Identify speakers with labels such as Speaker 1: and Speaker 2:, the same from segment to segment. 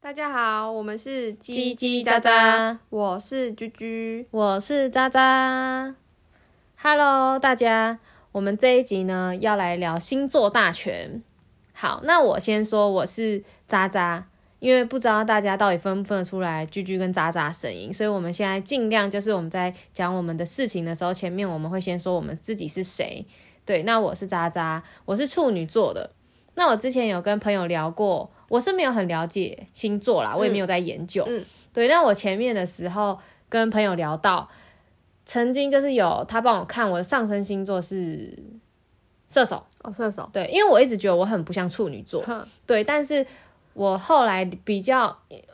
Speaker 1: 大家好，我们是叽叽喳
Speaker 2: 喳
Speaker 1: 喳，
Speaker 2: 喳，
Speaker 1: 我是居居。
Speaker 2: 我是渣渣。Hello，大家，我们这一集呢要来聊星座大全。好，那我先说我是渣渣，因为不知道大家到底分不分得出来居居跟渣渣声音，所以我们现在尽量就是我们在讲我们的事情的时候，前面我们会先说我们自己是谁。对，那我是渣渣，我是处女座的。那我之前有跟朋友聊过，我是没有很了解星座啦，我也没有在研究。
Speaker 1: 嗯嗯
Speaker 2: 对，但我前面的时候跟朋友聊到，曾经就是有他帮我看我的上升星座是射手，
Speaker 1: 哦，射手，
Speaker 2: 对，因为我一直觉得我很不像处女座，
Speaker 1: 哼
Speaker 2: 对，但是我后来比较，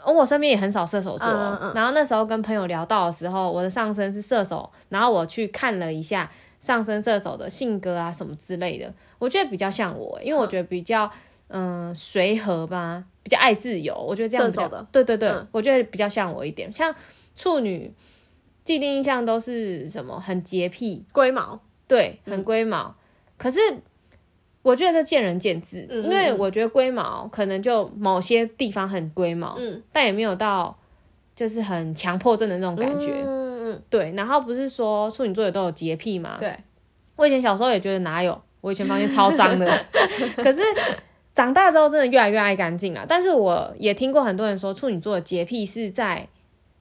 Speaker 2: 哦我身边也很少射手座哦，
Speaker 1: 嗯嗯嗯
Speaker 2: 然后那时候跟朋友聊到的时候，我的上身是射手，然后我去看了一下上身射手的性格啊什么之类的，我觉得比较像我，因为我觉得比较嗯、随和吧，比较爱自由，我觉得这样比较啊
Speaker 1: 射手的，
Speaker 2: 对对对，
Speaker 1: 嗯
Speaker 2: 我觉得比较像我一点，像处女。既定印象都是什么很洁癖，
Speaker 1: 龟毛，
Speaker 2: 对，很
Speaker 1: 嗯
Speaker 2: 龟毛。可是我觉得这见仁见智，
Speaker 1: 嗯嗯
Speaker 2: 因为我觉得龟毛可能就某些地方很龟毛，
Speaker 1: 嗯，
Speaker 2: 但也没有到就是很强迫症的那种感觉。
Speaker 1: 嗯嗯
Speaker 2: 对，然后不是说处女座也都有洁癖嘛
Speaker 1: 嗯，？对，
Speaker 2: 我以前小时候也觉得哪有，我以前房间超脏 的，可是。长大之后真的越来越爱干净了，但是我也听过很多人说，处女座的洁癖是在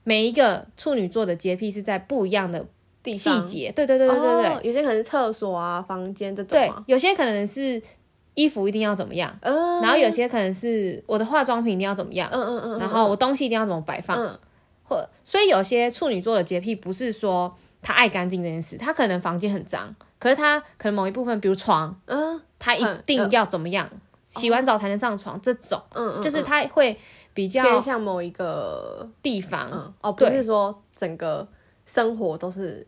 Speaker 2: 每一个处女座的洁癖是在不一样的
Speaker 1: 地
Speaker 2: 细
Speaker 1: 方，
Speaker 2: 节，对对对对对对，
Speaker 1: 哦有些可能是厕所啊、房间这种
Speaker 2: 对
Speaker 1: 啊，，
Speaker 2: 有些可能是衣服一定要怎么样，
Speaker 1: 嗯，
Speaker 2: 然后有些可能是我的化妆品一定要怎么样，
Speaker 1: 嗯嗯嗯，
Speaker 2: 然后我东西一定要怎么摆放，
Speaker 1: 嗯
Speaker 2: 或所以有些处女座的洁癖不是说他爱干净这件事，他可能房间很脏，可是他可能某一部分，比如床，
Speaker 1: 嗯
Speaker 2: 他一
Speaker 1: 嗯
Speaker 2: 定要怎么样，洗完澡才能上床，这种
Speaker 1: 嗯，
Speaker 2: 就是
Speaker 1: 嗯
Speaker 2: 他会比较
Speaker 1: 偏向某一个，
Speaker 2: 地方，
Speaker 1: 嗯，哦，不
Speaker 2: 对
Speaker 1: 是说整个生活都是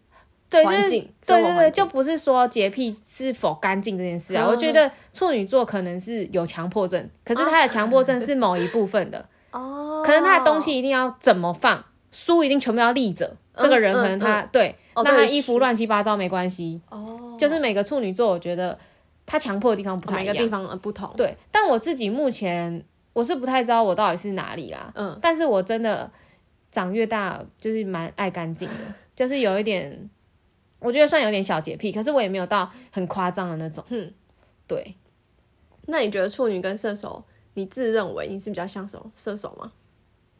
Speaker 2: 对，就
Speaker 1: 环
Speaker 2: 是
Speaker 1: 境，
Speaker 2: 对
Speaker 1: 生活
Speaker 2: 对对，
Speaker 1: 环境
Speaker 2: 就不是说洁癖是否干净这件事啊，
Speaker 1: 嗯
Speaker 2: 我觉得处女座可能是有强迫症，可是他的强迫症是某一部分的，
Speaker 1: 哦，
Speaker 2: 可能他的东西一定要怎么放，书一定全部要立着。这个人
Speaker 1: 嗯
Speaker 2: 可能他、对，
Speaker 1: 哦
Speaker 2: 那他
Speaker 1: 对
Speaker 2: 衣服乱七八糟没关系，
Speaker 1: 哦，
Speaker 2: 就是每个处女座，我觉得他强迫的地方不太
Speaker 1: 每
Speaker 2: 一
Speaker 1: 个地
Speaker 2: 样。
Speaker 1: 方呃不同，
Speaker 2: 对，但我自己目前我是不太知道我到底是哪里啦，
Speaker 1: 嗯，
Speaker 2: 但是我真的长越大就是蛮爱干 净的，就是有一点，我觉得算有点小洁癖，可是我也没有到很夸张的那种。
Speaker 1: 嗯，
Speaker 2: 对，
Speaker 1: 那你觉得处女跟射手，你自认为你是比较像什么射手吗？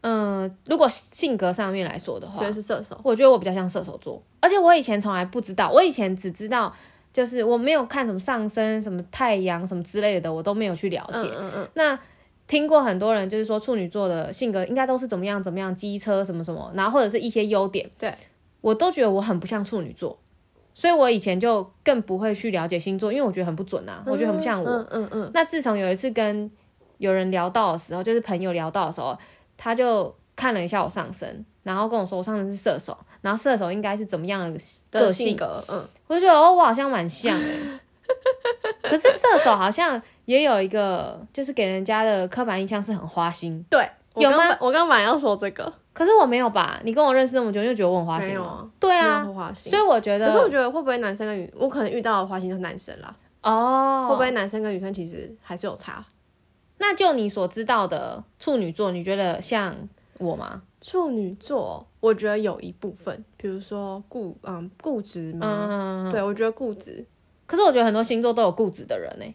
Speaker 2: 嗯、如果性格上面来说的话
Speaker 1: 所以，是射手。
Speaker 2: 我觉得我比较像射手座，而且我以前从来不知道，我以前只知道就是我没有看什么上升、什么太阳、什么之类的，我都没有去了解。
Speaker 1: 嗯嗯
Speaker 2: 那听过很多人就是说处女座的性格应该都是怎么样怎么样，机车什么什么，然后或者是一些优点，
Speaker 1: 对
Speaker 2: 我都觉得我很不像处女座，所以我以前就更不会去了解星座，因为我觉得很不准啊，
Speaker 1: 嗯，
Speaker 2: 我觉得很不像我。
Speaker 1: 嗯嗯嗯，
Speaker 2: 那自从有一次跟有人聊到的时候，就是朋友聊到的时候，他就看了一下我上身，然后跟我说我上身是射手，然后射手应该是怎么样的
Speaker 1: 的
Speaker 2: 个
Speaker 1: 性
Speaker 2: 性？
Speaker 1: 格，嗯，
Speaker 2: 我就觉得哦，我好像蛮像的。可是射手好像也有一个，就是给人家的刻板印象是很花心，
Speaker 1: 对，我
Speaker 2: 有
Speaker 1: 刚
Speaker 2: 吗
Speaker 1: 本？我刚本来要说这个，
Speaker 2: 可是我没有吧？你跟我认识那么久，你就觉得我很花
Speaker 1: 没
Speaker 2: 心
Speaker 1: 有
Speaker 2: 吗？
Speaker 1: 啊，
Speaker 2: 对
Speaker 1: 没
Speaker 2: 啊
Speaker 1: 有，花心
Speaker 2: 所。以我觉得，
Speaker 1: 可是我觉得会不会男生跟女，我可能遇到的花心都是男生啦，
Speaker 2: 哦，
Speaker 1: 会不会男生跟女生其实还是有差？
Speaker 2: 那就你所知道的处女座，你觉得像我吗？
Speaker 1: 处女座，我觉得有一部分，比如说固嗯固执嘛，
Speaker 2: 嗯，
Speaker 1: 对我觉得固执
Speaker 2: 可是我觉得很多星座都有固执的人呢、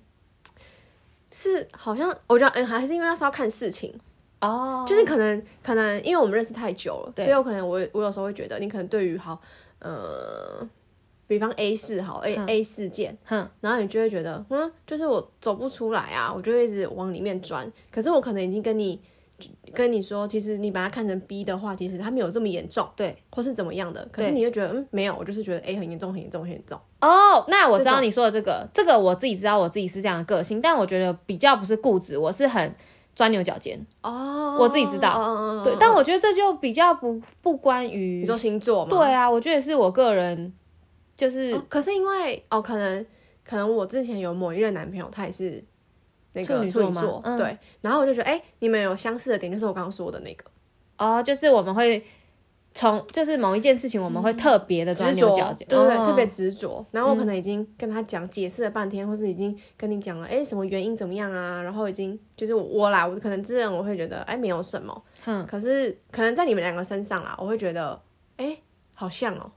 Speaker 1: 是好像我觉得嗯还是因为那时候要看事情，
Speaker 2: 哦
Speaker 1: 就是可能可能因为我们认识太久了，
Speaker 2: 对
Speaker 1: 所以有可能我我有时候会觉得你可能对于好，呃，比方 A 四好 A、
Speaker 2: 嗯
Speaker 1: A 事件，
Speaker 2: 哼，
Speaker 1: 然后你就会觉得嗯，就是我走不出来啊，我就会一直往里面钻。可是我可能已经跟你跟你说，其实你把它看成 B 的话，其实它没有这么严重，
Speaker 2: 对。
Speaker 1: 或是怎么样的。可是
Speaker 2: 对
Speaker 1: 你就觉得嗯，没有，我就是觉得 A 很严重，很严重，很严重。
Speaker 2: 哦，那我知
Speaker 1: 这
Speaker 2: 道
Speaker 1: 种
Speaker 2: 你说的这个，这个我自己知道我自己是这样的个性，但我觉得比较不是固执，我是很钻牛角尖。
Speaker 1: 哦
Speaker 2: 我自己知道
Speaker 1: 嗯嗯嗯，
Speaker 2: 对，但我觉得这就比较不不关于
Speaker 1: 你说星座吗？
Speaker 2: 对啊，我觉得是我个人，就是、
Speaker 1: 哦可是因为哦，可能可能我之前有某一任男朋友，他也是那
Speaker 2: 处
Speaker 1: 个
Speaker 2: 女
Speaker 1: 处
Speaker 2: 座
Speaker 1: 女
Speaker 2: 吗
Speaker 1: 座，
Speaker 2: 嗯
Speaker 1: 对，然后我就觉得哎、你们有相似的点，就是我刚刚说的那个，
Speaker 2: 哦，就是我们会从就是某一件事情，我们会特别的钻
Speaker 1: 执
Speaker 2: 牛
Speaker 1: 着
Speaker 2: 角，尖，
Speaker 1: 对对，
Speaker 2: 哦
Speaker 1: 特别执着。然后我可能已经跟他讲解释了半天，或是已经跟你讲了，哎，什么原因怎么样啊？然后已经就是我啦，我可能自认我会觉得，哎，没有什么。
Speaker 2: 哼
Speaker 1: 可是可能在你们两个身上啦，我会觉得，哎，好像哦。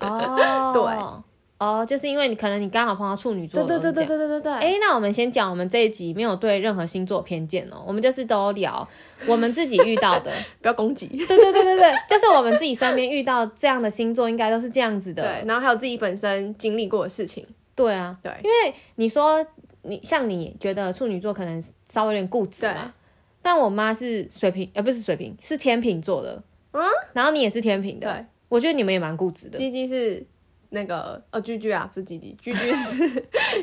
Speaker 2: 哦，
Speaker 1: 对，
Speaker 2: 哦，就是因为你可能你刚好碰到处女座
Speaker 1: 对对
Speaker 2: 的，
Speaker 1: 对对
Speaker 2: 我们
Speaker 1: 对对对对。
Speaker 2: 讲。哎，那我们先讲，我们这一集没有对任何星座偏见哦，我们就是都 聊我们自己遇到的，
Speaker 1: 不要攻击。
Speaker 2: 对对对对对，就是我们自己身边遇到这样的星座，应该都是这样子的。
Speaker 1: 对，然后还有自己本身经历过的事情，
Speaker 2: 对啊，
Speaker 1: 对
Speaker 2: 因为你说你像你觉得处女座可能稍微有点固执嘛，但我妈是水瓶，呃，不是水瓶，是天秤座的，
Speaker 1: 嗯，
Speaker 2: 然后你也是天秤的，
Speaker 1: 对，
Speaker 2: 我觉得你们也蛮固执的，
Speaker 1: 鸡鸡是那个呃居居啊，不是鸡鸡，居居是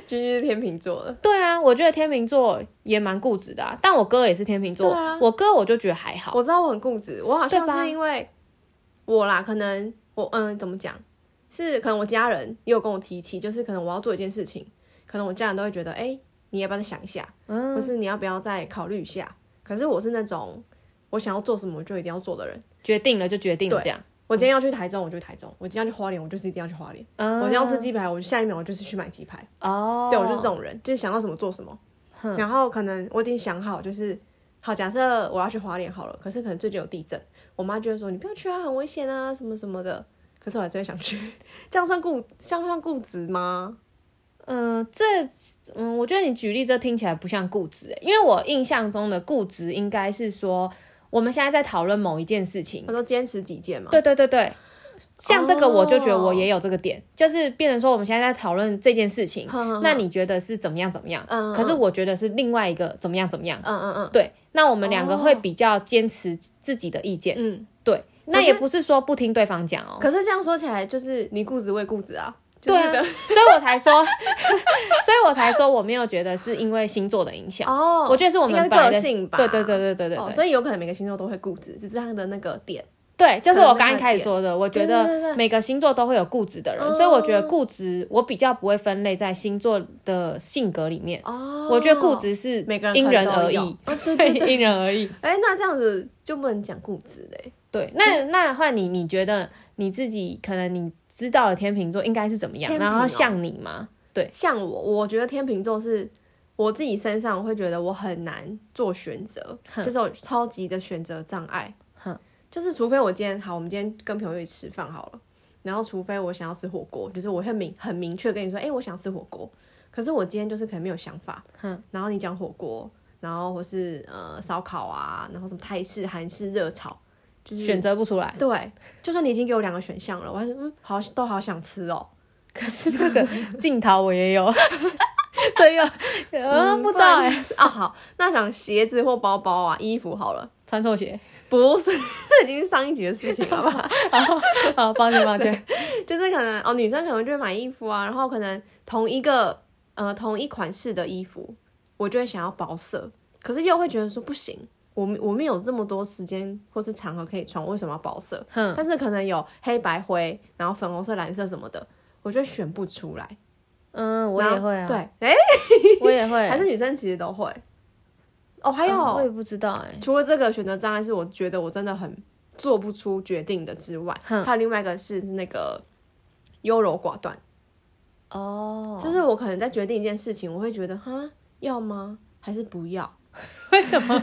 Speaker 1: 居居是天秤座的，
Speaker 2: 对啊，我觉得天秤座也蛮固执的、啊，但我哥也是天秤座，
Speaker 1: 对啊
Speaker 2: 我哥我就觉得还 好，
Speaker 1: 我知道我很固执，我好像
Speaker 2: 对吧
Speaker 1: 是因为我啦，可能我嗯怎么讲，是可能我家人也有跟我提起，就是可能我要做一件事情，可能我家人都会觉得，哎、你要不要再想一下，
Speaker 2: 嗯，
Speaker 1: 或是你要不要再考虑一下？可是我是那种我想要做什么我就一定要做的人，
Speaker 2: 决定了就决定了
Speaker 1: 对
Speaker 2: 这样，
Speaker 1: 我今天要去台中我就去台中，我今天要去花莲我就是一定要去花莲，
Speaker 2: 嗯，
Speaker 1: 我今天要吃鸡排，我下一秒我就是去买鸡排。啊
Speaker 2: 哦，
Speaker 1: 对我就是这种人，就是想到什么做什么。然后可能我已经想好，就是好，假设我要去花莲好了，可是可能最近有地震，我妈就会说你不要去啊，很危险啊，什么什么的。可是我还是会想去， 这样算固，这样算固执吗？
Speaker 2: 嗯，这嗯，我觉得你举例这听起来不像固执欸，因为我印象中的固执应该是说我们现在在讨论某一件事情
Speaker 1: 我，说坚持己见嘛。
Speaker 2: 对对对对，像这个我就觉得我
Speaker 1: 哦
Speaker 2: 也有这个点，就是变成说我们现在在讨论这件事情，
Speaker 1: 哼哼哼
Speaker 2: 那你觉得是怎么样怎么样？
Speaker 1: 嗯
Speaker 2: 可是我觉得是另外一个怎么样怎么样？
Speaker 1: 嗯嗯嗯
Speaker 2: 对，那我们两个会
Speaker 1: 哦
Speaker 2: 比较坚持自己的意见，
Speaker 1: 嗯。
Speaker 2: 对，那
Speaker 1: 可
Speaker 2: 也
Speaker 1: 是
Speaker 2: 不是说不听对方讲哦，
Speaker 1: 可是这样说起来，就是你固执，我也固执啊。就
Speaker 2: 对
Speaker 1: 是
Speaker 2: 啊
Speaker 1: 跟，
Speaker 2: 所以我才说， 所以我才说我没有觉得是因为星座的影 响。
Speaker 1: 哦，
Speaker 2: 我觉得是我
Speaker 1: 应该是
Speaker 2: 们本来
Speaker 1: 个
Speaker 2: 的
Speaker 1: 性吧。
Speaker 2: 对对对对对对对、
Speaker 1: 哦，所以有可能每个星座都会固执，只是他的那个点。
Speaker 2: 对，就是
Speaker 1: 可能
Speaker 2: 我
Speaker 1: 没
Speaker 2: 刚一
Speaker 1: 改
Speaker 2: 开始
Speaker 1: 变
Speaker 2: 说的，我觉
Speaker 1: 对对对
Speaker 2: 得
Speaker 1: 对
Speaker 2: 每个星座都会有固执的人，所以我觉得固执我比较不会分类在星座的性格里面。
Speaker 1: 哦
Speaker 2: 我觉得固执是
Speaker 1: 每个人
Speaker 2: 因
Speaker 1: 可
Speaker 2: 人
Speaker 1: 能都
Speaker 2: 而
Speaker 1: 有
Speaker 2: 异，
Speaker 1: 哦， 对对对。
Speaker 2: 因人而异。
Speaker 1: 哎、那这样子就不能讲固执嘞。
Speaker 2: 对，那那换你，你觉得你自己可能你知道的天秤座应该是怎么样，
Speaker 1: 天
Speaker 2: 然
Speaker 1: 秤
Speaker 2: 后
Speaker 1: 哦
Speaker 2: 像你吗？
Speaker 1: 像我，我觉得天秤座是我自己身上，我会觉得我很难做选择，
Speaker 2: 哼
Speaker 1: 就是我超级的选择障碍
Speaker 2: 哼。
Speaker 1: 就是除非我今天好，我们今天跟朋友一起吃饭好了，然后除非我想要吃火锅，就是我会明很明确跟你说，哎、我想吃火锅。可是我今天就是可能没有想法，
Speaker 2: 哼
Speaker 1: 然后你讲火锅，然后或是呃烧烤啊，然后什么泰式、韩式、热炒，就是
Speaker 2: 选择不出来，
Speaker 1: 对，就算你已经给我两个选项了，我还是嗯，好都好想吃哦。可是这个
Speaker 2: 镜头我也 有，这又呃不知道哎、
Speaker 1: 啊，好，那想鞋子或包包啊、衣服好了，
Speaker 2: 穿错鞋，
Speaker 1: 不是， 这已经是上一集的事情了吧？
Speaker 2: 好抱歉抱歉。
Speaker 1: 就是可能哦，女生可能就会买衣服啊，然后可能同一个呃同一款式的衣服，我就会想要包色，可是又会觉得说不行。我们我们有这么多时间或是场合可以穿，为什么要包色？
Speaker 2: 哼
Speaker 1: 但是可能有黑白灰，然后粉红色、蓝色什么的，我就选不出来。
Speaker 2: 嗯，我
Speaker 1: 然后
Speaker 2: 也会啊，
Speaker 1: 对，哎、
Speaker 2: 我也 会，
Speaker 1: 还是女生其实都会。哦，还有、
Speaker 2: 嗯我也不知道哎、
Speaker 1: 除了这个选择障碍是我觉得我真的很做不出决定的之外，
Speaker 2: 哼
Speaker 1: 还有另外一个是那个优柔寡断，
Speaker 2: 哦，
Speaker 1: 就是我可能在决定一件事情，我会觉得哈要吗？还是不要？
Speaker 2: 为什么？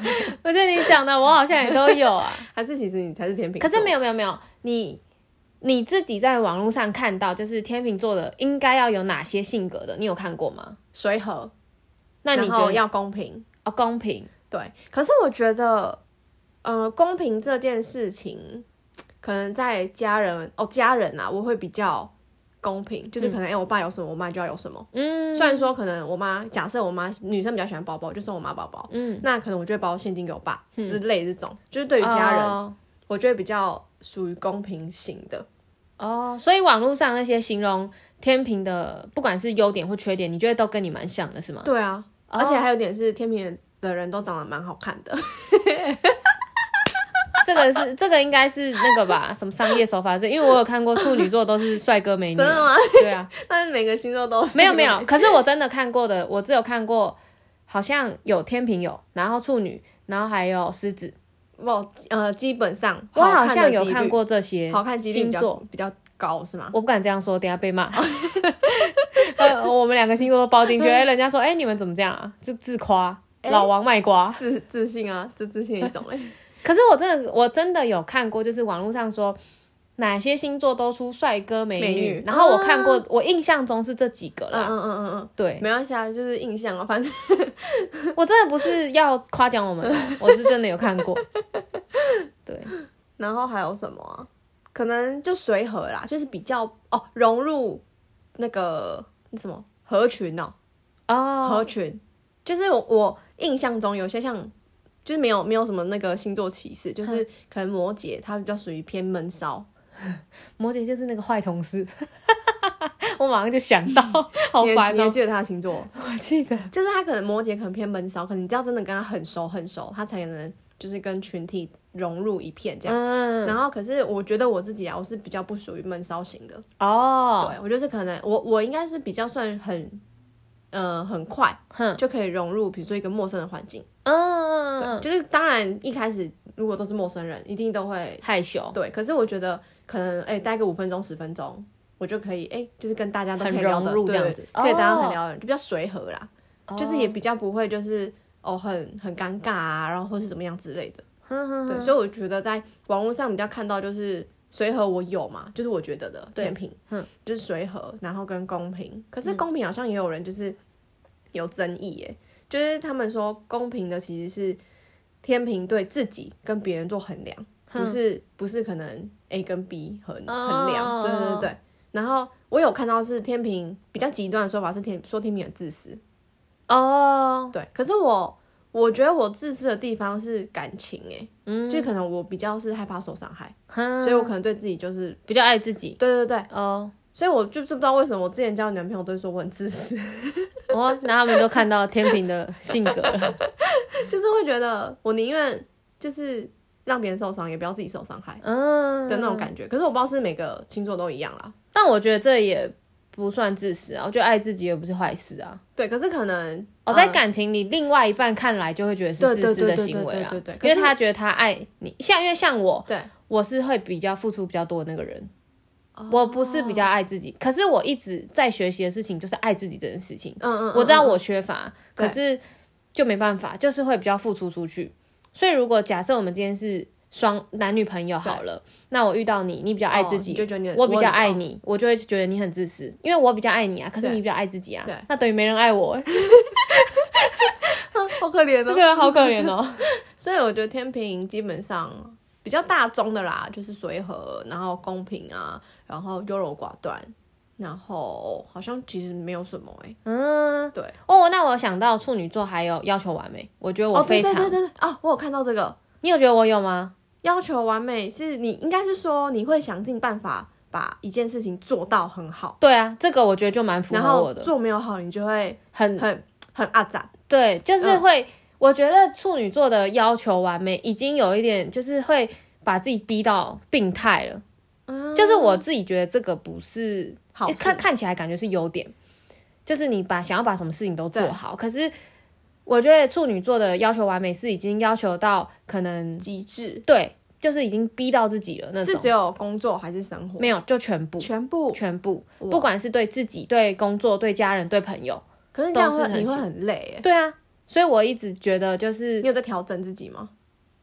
Speaker 2: 我觉得你讲的我好像也都有啊，
Speaker 1: 还是其实你才是天平
Speaker 2: 可
Speaker 1: 座？
Speaker 2: 是没有没有没有，你你自己在网络上看到，就是天秤座的应该要有哪些性格的，你有看过吗？
Speaker 1: 随和，
Speaker 2: 那你
Speaker 1: 然
Speaker 2: 觉
Speaker 1: 后
Speaker 2: 得
Speaker 1: 要公平？
Speaker 2: 哦公平？
Speaker 1: 对，可是我觉得，呃，公平这件事情，可能在家人哦，家人啊，我会比较公平，就是可能哎、诶我爸有什么，我妈就要有什么。
Speaker 2: 嗯，
Speaker 1: 虽然说可能我妈，假设我妈女生比较喜欢包包，就送我妈包包，
Speaker 2: 嗯，
Speaker 1: 那可能我就会包现金给我爸、之类这种，就是对于家人，
Speaker 2: 哦
Speaker 1: 我觉得比较属于公平型的。
Speaker 2: 哦，所以网络上那些形容天平的，不管是优点或缺点，你觉得都跟你蛮像的，是吗？
Speaker 1: 对啊，
Speaker 2: 哦嗯
Speaker 1: 而且还有点是天平的人都长得蛮好看的，
Speaker 2: 这个是这个应该是那个吧，什么商业手法？这因为我有看过处女座都是帅哥美女、啊，
Speaker 1: 真的吗？
Speaker 2: 对啊，
Speaker 1: 但是每个星座 都是
Speaker 2: 没有没有，可是我真的看过的，我只有看过好像有天平有，然后处女，然后还有狮子，
Speaker 1: 不，呃，基本上
Speaker 2: 我好像
Speaker 1: 的
Speaker 2: 有
Speaker 1: 几率
Speaker 2: 看，过这些
Speaker 1: 好看几率
Speaker 2: 星
Speaker 1: 比
Speaker 2: 座
Speaker 1: 较，比较高是吗？
Speaker 2: 我不敢这样说，等一下被骂。 呃我们两个星座都包 进去，哎、人家说，哎、你们怎么这样啊？这自夸，
Speaker 1: 哎
Speaker 2: 老王卖瓜。
Speaker 1: 自自信啊，这自信的一种 哎、
Speaker 2: 可是我真的我真的有看过，就是网络上说哪些星座都出帅哥美女，
Speaker 1: 美女啊
Speaker 2: 然后我看过，我印象中是这几个
Speaker 1: 嗯
Speaker 2: 啦。
Speaker 1: 嗯嗯嗯嗯，
Speaker 2: 对，
Speaker 1: 没关系啊，就是印象啊，反正
Speaker 2: 我真的不是要夸奖我们 哦，我是真的有看过。对，
Speaker 1: 然后还有什么啊、可能就随和啦，就是比较哦，融入那个那什么合群哦，
Speaker 2: 哦，
Speaker 1: 合群，就是我我印象中有些像。就是没有没有什么那个星座歧视，就是
Speaker 2: 嗯
Speaker 1: 可能摩羯他比较属于偏闷骚，
Speaker 2: 摩羯就是那个坏同事， 我马上就想到，好
Speaker 1: 你还
Speaker 2: 烦
Speaker 1: 你还
Speaker 2: 哦、
Speaker 1: 记得他的星座？
Speaker 2: 我记得，
Speaker 1: 就是他可能摩羯可能偏闷骚，可能你要真的跟他很熟很熟，他才能就是跟群体融入一片这样。
Speaker 2: 嗯，
Speaker 1: 然后可是我觉得我自己啊，我是比较不属于闷骚型的，
Speaker 2: 哦，
Speaker 1: 对我就是可能我我应该是比较算很。呃，很快
Speaker 2: 哼，
Speaker 1: 就可以融入，比如说一个陌生的环境。对，
Speaker 2: 嗯，
Speaker 1: 就是当然一开始如果都是陌生人，一定都会
Speaker 2: 害羞，
Speaker 1: 对。可是我觉得可能哎、待个五分钟十分钟，我就可以哎、就是跟大家都可以
Speaker 2: 很
Speaker 1: 聊
Speaker 2: 融
Speaker 1: 的，
Speaker 2: 入这
Speaker 1: 对
Speaker 2: 样子，
Speaker 1: 可以大家
Speaker 2: 哦
Speaker 1: 很聊，就比较随和啦。就是也比较不会就是哦很很尴尬啊，然后或是怎么样之类的。
Speaker 2: 哼哼
Speaker 1: 对，所以我觉得在网络上比较看到就是随和我有嘛，就是我觉得的
Speaker 2: 对
Speaker 1: 天平，
Speaker 2: 嗯，
Speaker 1: 就是随和，然后跟公平。可是公平好像也有人就是有争议耶，就是他们说公平的其实是天平对自己跟别人做衡量，
Speaker 2: 哼
Speaker 1: 不是不是可能 A 跟 B 衡
Speaker 2: 嗯哦
Speaker 1: 衡量，对对对对。然后我有看到是天平比较极端的说法是天说天平很自私，
Speaker 2: 哦，
Speaker 1: 对，可是我我觉得我自私的地方是感情、欸，
Speaker 2: 嗯，
Speaker 1: 就可能我比较是害怕受伤害，
Speaker 2: 哼
Speaker 1: 所以我可能对自己就是，
Speaker 2: 比较爱自己
Speaker 1: 对对对，
Speaker 2: 哦。
Speaker 1: 所以我就是不知道为什么我之前交的男朋友都会说我很自 私，
Speaker 2: 哦，那他们都看到天平的性格了。
Speaker 1: 就是会觉得我宁愿就是让别人受伤，也不要自己受伤害
Speaker 2: 嗯
Speaker 1: 的那种感觉。可是我不知道是每个星座都一样啦，
Speaker 2: 但我觉得这也不算自私啊，我觉得爱自己也不是坏事啊。
Speaker 1: 对，可是可能
Speaker 2: 哦，在
Speaker 1: 嗯
Speaker 2: 感情里，另外一半看来就会觉得是
Speaker 1: 对
Speaker 2: 自私的
Speaker 1: 对对对
Speaker 2: 行为啊，
Speaker 1: 对对对对可
Speaker 2: 因为
Speaker 1: 是
Speaker 2: 他觉得他爱你，像因为像我，
Speaker 1: 对
Speaker 2: 我是会比较付出比较多的那个人，我不是比
Speaker 1: 哦
Speaker 2: 较爱自己，可是我一直在学习的事情就是爱自己这件事情。
Speaker 1: 嗯嗯，
Speaker 2: 我知道
Speaker 1: 嗯
Speaker 2: 我缺乏，可
Speaker 1: 对
Speaker 2: 是就没办法，就是会比较付出出去。所以如果假设我们今天是双男女朋友好了，那我遇到你，你比较爱自
Speaker 1: 哦
Speaker 2: 己，
Speaker 1: 你就觉得你很
Speaker 2: 我比较爱
Speaker 1: 我很
Speaker 2: 你，我就会觉得你很自私，因为我比较爱你啊，可是
Speaker 1: 对
Speaker 2: 你比较爱自己啊
Speaker 1: 对，
Speaker 2: 那等于没人爱 我、欸，
Speaker 1: 好可怜
Speaker 2: 这
Speaker 1: 哦。
Speaker 2: 个好可怜 哦。
Speaker 1: 所以我觉得天平基本上比较大宗的啦，就是随和，然后公平啊，然后优柔寡断，然后好像其实没有什么哎、
Speaker 2: 嗯，
Speaker 1: 对，
Speaker 2: 哦，那我想到处女座还有要求完美，我觉得我
Speaker 1: 哦，对
Speaker 2: 非常，
Speaker 1: 对对对对，啊，我有看到这个
Speaker 2: 你有觉得我有吗？
Speaker 1: 要求完美，是你应该是说你会想尽办法把一件事情做到很好，
Speaker 2: 对啊，这个我觉得就蛮符
Speaker 1: 然
Speaker 2: 合
Speaker 1: 后
Speaker 2: 我的，
Speaker 1: 做没有好，你就会
Speaker 2: 很
Speaker 1: 很很阿展，
Speaker 2: 对，
Speaker 1: 嗯
Speaker 2: 就是会，我觉得处女座的要求完美已经有一点，就是会把自己逼到病态了。就是我自己觉得这个不是，
Speaker 1: 嗯好
Speaker 2: 诶
Speaker 1: 事
Speaker 2: 看看起来感觉是优点，就是你把想要把什么事情都做
Speaker 1: 对
Speaker 2: 好，可是我觉得处女座的要求完美是已经要求到可能
Speaker 1: 极致，
Speaker 2: 对，就是已经逼到自己了那
Speaker 1: 是
Speaker 2: 种
Speaker 1: 只，有工作还是生活？
Speaker 2: 没有就全部
Speaker 1: 全部。
Speaker 2: 全部，
Speaker 1: 哇
Speaker 2: 不管是对自己、对工作、对家人、对朋友，
Speaker 1: 可是这样
Speaker 2: 都
Speaker 1: 会
Speaker 2: 是很
Speaker 1: 你会
Speaker 2: 喜
Speaker 1: 很累、欸，
Speaker 2: 对啊，所以我一直觉得就是
Speaker 1: 你有在调整自己吗？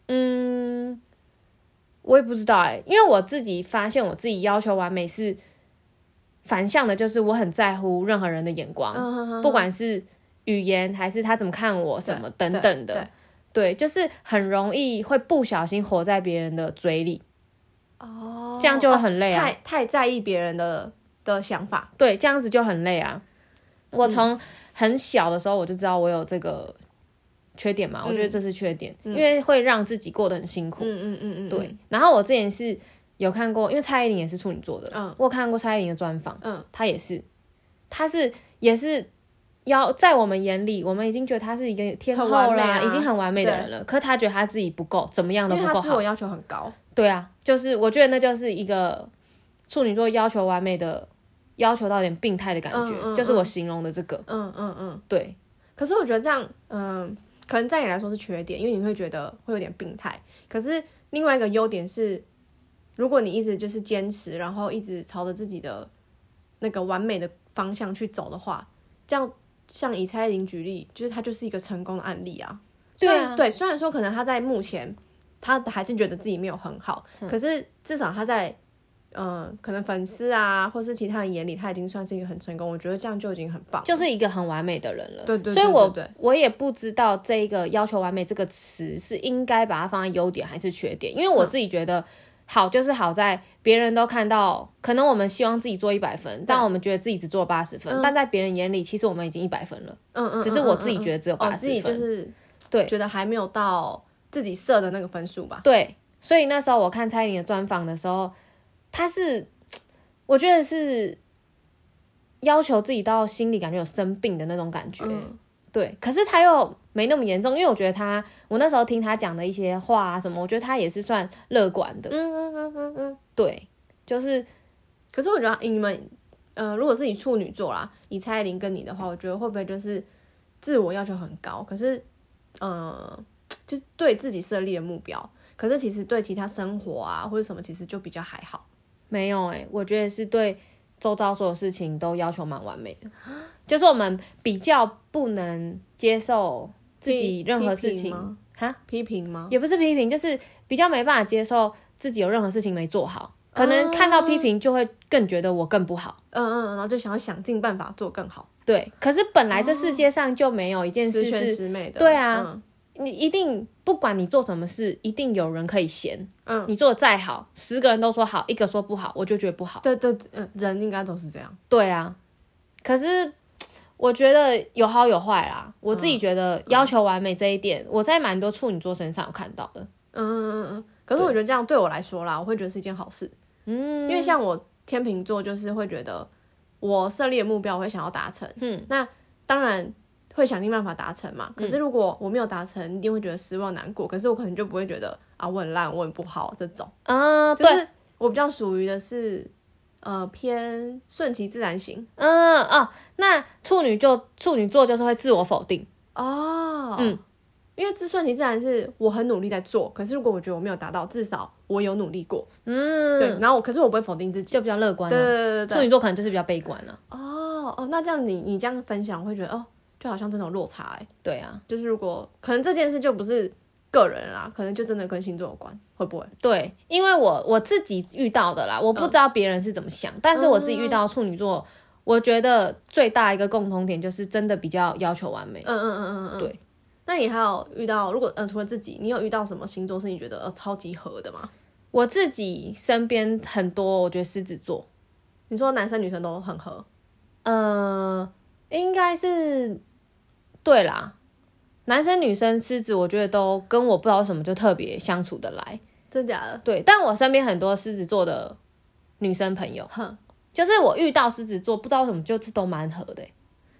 Speaker 2: 嗯，我也不知道哎、因为我自己发现我自己要求完美是反向的，就是我很在乎任何人的眼光，
Speaker 1: 嗯哼哼
Speaker 2: 不管是语言还是他怎么看我什么等等的，
Speaker 1: 对对
Speaker 2: 对，就是很容易会不小心活在别人的嘴里，
Speaker 1: 哦，
Speaker 2: 这样就会很累啊，
Speaker 1: 太太在意别人的的想法，
Speaker 2: 对，这样子就很累啊。
Speaker 1: 嗯
Speaker 2: 我从很小的时候我就知道我有这个缺点嘛，我觉得这是缺点，因为会让自己过得很辛苦。
Speaker 1: 嗯嗯嗯嗯，
Speaker 2: 对，然后我之前是有看过，因为蔡依林也是处女座的，
Speaker 1: 嗯
Speaker 2: 我有看过蔡依林的专访，
Speaker 1: 嗯，
Speaker 2: 她也是，她是也是要在我们眼里，我们已经觉得她是一个天后
Speaker 1: 很完美
Speaker 2: 啦，
Speaker 1: 啊
Speaker 2: 已经很完美的人了，可她觉得她自己不够，怎么样
Speaker 1: 因
Speaker 2: 都
Speaker 1: 为
Speaker 2: 不
Speaker 1: 他
Speaker 2: 够
Speaker 1: 自我
Speaker 2: 好，
Speaker 1: 要求很高，
Speaker 2: 对啊，就是我觉得那就是一个处女座要求完美的。要求到有点病态的感觉，
Speaker 1: 嗯嗯
Speaker 2: 就是我形容的这个，
Speaker 1: 嗯嗯嗯。
Speaker 2: 对，
Speaker 1: 可是我觉得这样，嗯，可能在你来说是缺点，因为你会觉得会有点病态。可是另外一个优点是，如果你一直就是坚持，然后一直朝着自己的那个完美的方向去走的话，这样像以蔡依林举例，就是她就是一个成功的案例啊。
Speaker 2: 对啊
Speaker 1: 虽然对，虽然说可能她在目前她还是觉得自己没有很好，
Speaker 2: 嗯
Speaker 1: 可是至少她在。嗯，可能粉丝啊，或是其他人眼里，她已经算是一个很成功。我觉得这样就已经很棒了。
Speaker 2: 就是一个很完美的人了。
Speaker 1: 对对对
Speaker 2: 所以我
Speaker 1: 对对
Speaker 2: 我也不知道这一个要求完美这个词是应该把它放在优点还是缺点，因为
Speaker 1: 嗯
Speaker 2: 我自己觉得。好就是好在别人都看到，可能我们希望自己做一百分，但我们觉得自己只做八十分，但在别人眼里，其实我们已经一百分了。
Speaker 1: 嗯嗯，
Speaker 2: 只是
Speaker 1: 嗯
Speaker 2: 我
Speaker 1: 嗯
Speaker 2: 自己
Speaker 1: 嗯
Speaker 2: 觉得只有
Speaker 1: 哦
Speaker 2: 80
Speaker 1: 自己就
Speaker 2: 分
Speaker 1: 是
Speaker 2: 对
Speaker 1: 觉得还没有到自己设的那个分数吧。
Speaker 2: 对，所以那时候我看蔡依林的专访的时候，她是我觉得是要求自己到心里感觉有生病的那种感觉，
Speaker 1: 嗯
Speaker 2: 对，可是他又没那么严重，因为我觉得他，我那时候听他讲的一些话啊什么，我觉得他也是算乐观的，
Speaker 1: 嗯嗯嗯嗯。
Speaker 2: 对，就是
Speaker 1: 可是我觉得啊你们，呃，如果是你处女座啦，以蔡依林跟你的话，我觉得会不会就是自我要求很高，可是，呃，就是对自己设立的目标，可是其实对其他生活啊或者什么，其实就比较还好。
Speaker 2: 没有诶、我觉得是对周遭所有事情都要求蛮完美的， 就是我们比较不能接受自
Speaker 1: 批
Speaker 2: 己任何
Speaker 1: 批评
Speaker 2: 事情
Speaker 1: 吗
Speaker 2: 哈。
Speaker 1: 批评吗？
Speaker 2: 也不是批评，就是比较没办法接受自己有任何事情没做好，可能看到批评就会更觉得我更不好。
Speaker 1: 嗯嗯，嗯然后就想要想尽办法做更好，
Speaker 2: 对，可是本来这世界上就没有一件
Speaker 1: 十
Speaker 2: 事
Speaker 1: 全
Speaker 2: 是
Speaker 1: 十美的。
Speaker 2: 对啊
Speaker 1: 嗯，
Speaker 2: 你一定不管你做什么事，一定有人可以嫌。
Speaker 1: 嗯，
Speaker 2: 你做的再好，十个人都说好，一个说不好，我就觉得不好。
Speaker 1: 对对，嗯，人应该都是这样。
Speaker 2: 对啊，可是我觉得有好有坏啦。我
Speaker 1: 嗯
Speaker 2: 自己觉得要求完美这一点，我在蛮多处女座身上有看到的。
Speaker 1: 嗯嗯嗯嗯。可是我觉得这样对我来说啦，我会觉得是一件好事。嗯，因为像我天秤座，就是会觉得我设立的目标，我会想要达成。嗯，那当然会想尽办法达成嘛。可是如果我没有达成，一定会觉得失望难过。可是我可能就不会觉得啊，我很烂，我很不好这种。
Speaker 2: 啊、
Speaker 1: 就
Speaker 2: 对，
Speaker 1: 是我比较属于的是呃偏顺其自然型
Speaker 2: 嗯哦，那处女就处女座就是会自我否定，
Speaker 1: 哦。嗯。因为自顺其自然是我很努力在做，可是如果我觉得我没有达到，至少我有努力过，
Speaker 2: 嗯，
Speaker 1: 对。然后我可是我不会否定自己，
Speaker 2: 就比较乐观、
Speaker 1: 对
Speaker 2: 啊。
Speaker 1: 对对对
Speaker 2: 处
Speaker 1: 对。
Speaker 2: 女座可能就是比较悲观啊了、
Speaker 1: 哦哦，那这样你你这样分享，我会觉得哦，就好像这种落差哎、
Speaker 2: 对啊，
Speaker 1: 就是如果可能这件事就不是个人啦，可能就真的跟星座有关，会不会？
Speaker 2: 对，因为我我自己遇到的啦，我不知道别人是怎么想，但是我自己遇到处女座，我觉得最大一个共同点就是真的比较要求完美。
Speaker 1: 嗯嗯嗯嗯嗯，
Speaker 2: 对。
Speaker 1: 那你还有遇到，如果呃除了自己，你有遇到什么星座是你觉得呃超级合的吗？
Speaker 2: 我自己身边很多，我觉得狮子座，
Speaker 1: 你说男生女生都很合，
Speaker 2: 呃，应该是对啦，男生女生狮子，我觉得都跟我不知道为什么就特别相处得来。
Speaker 1: 真假的？
Speaker 2: 对，但我身边很多狮子座的女生朋友，
Speaker 1: 哼，
Speaker 2: 就是我遇到狮子座，不知道为什么就是都蛮合的欸、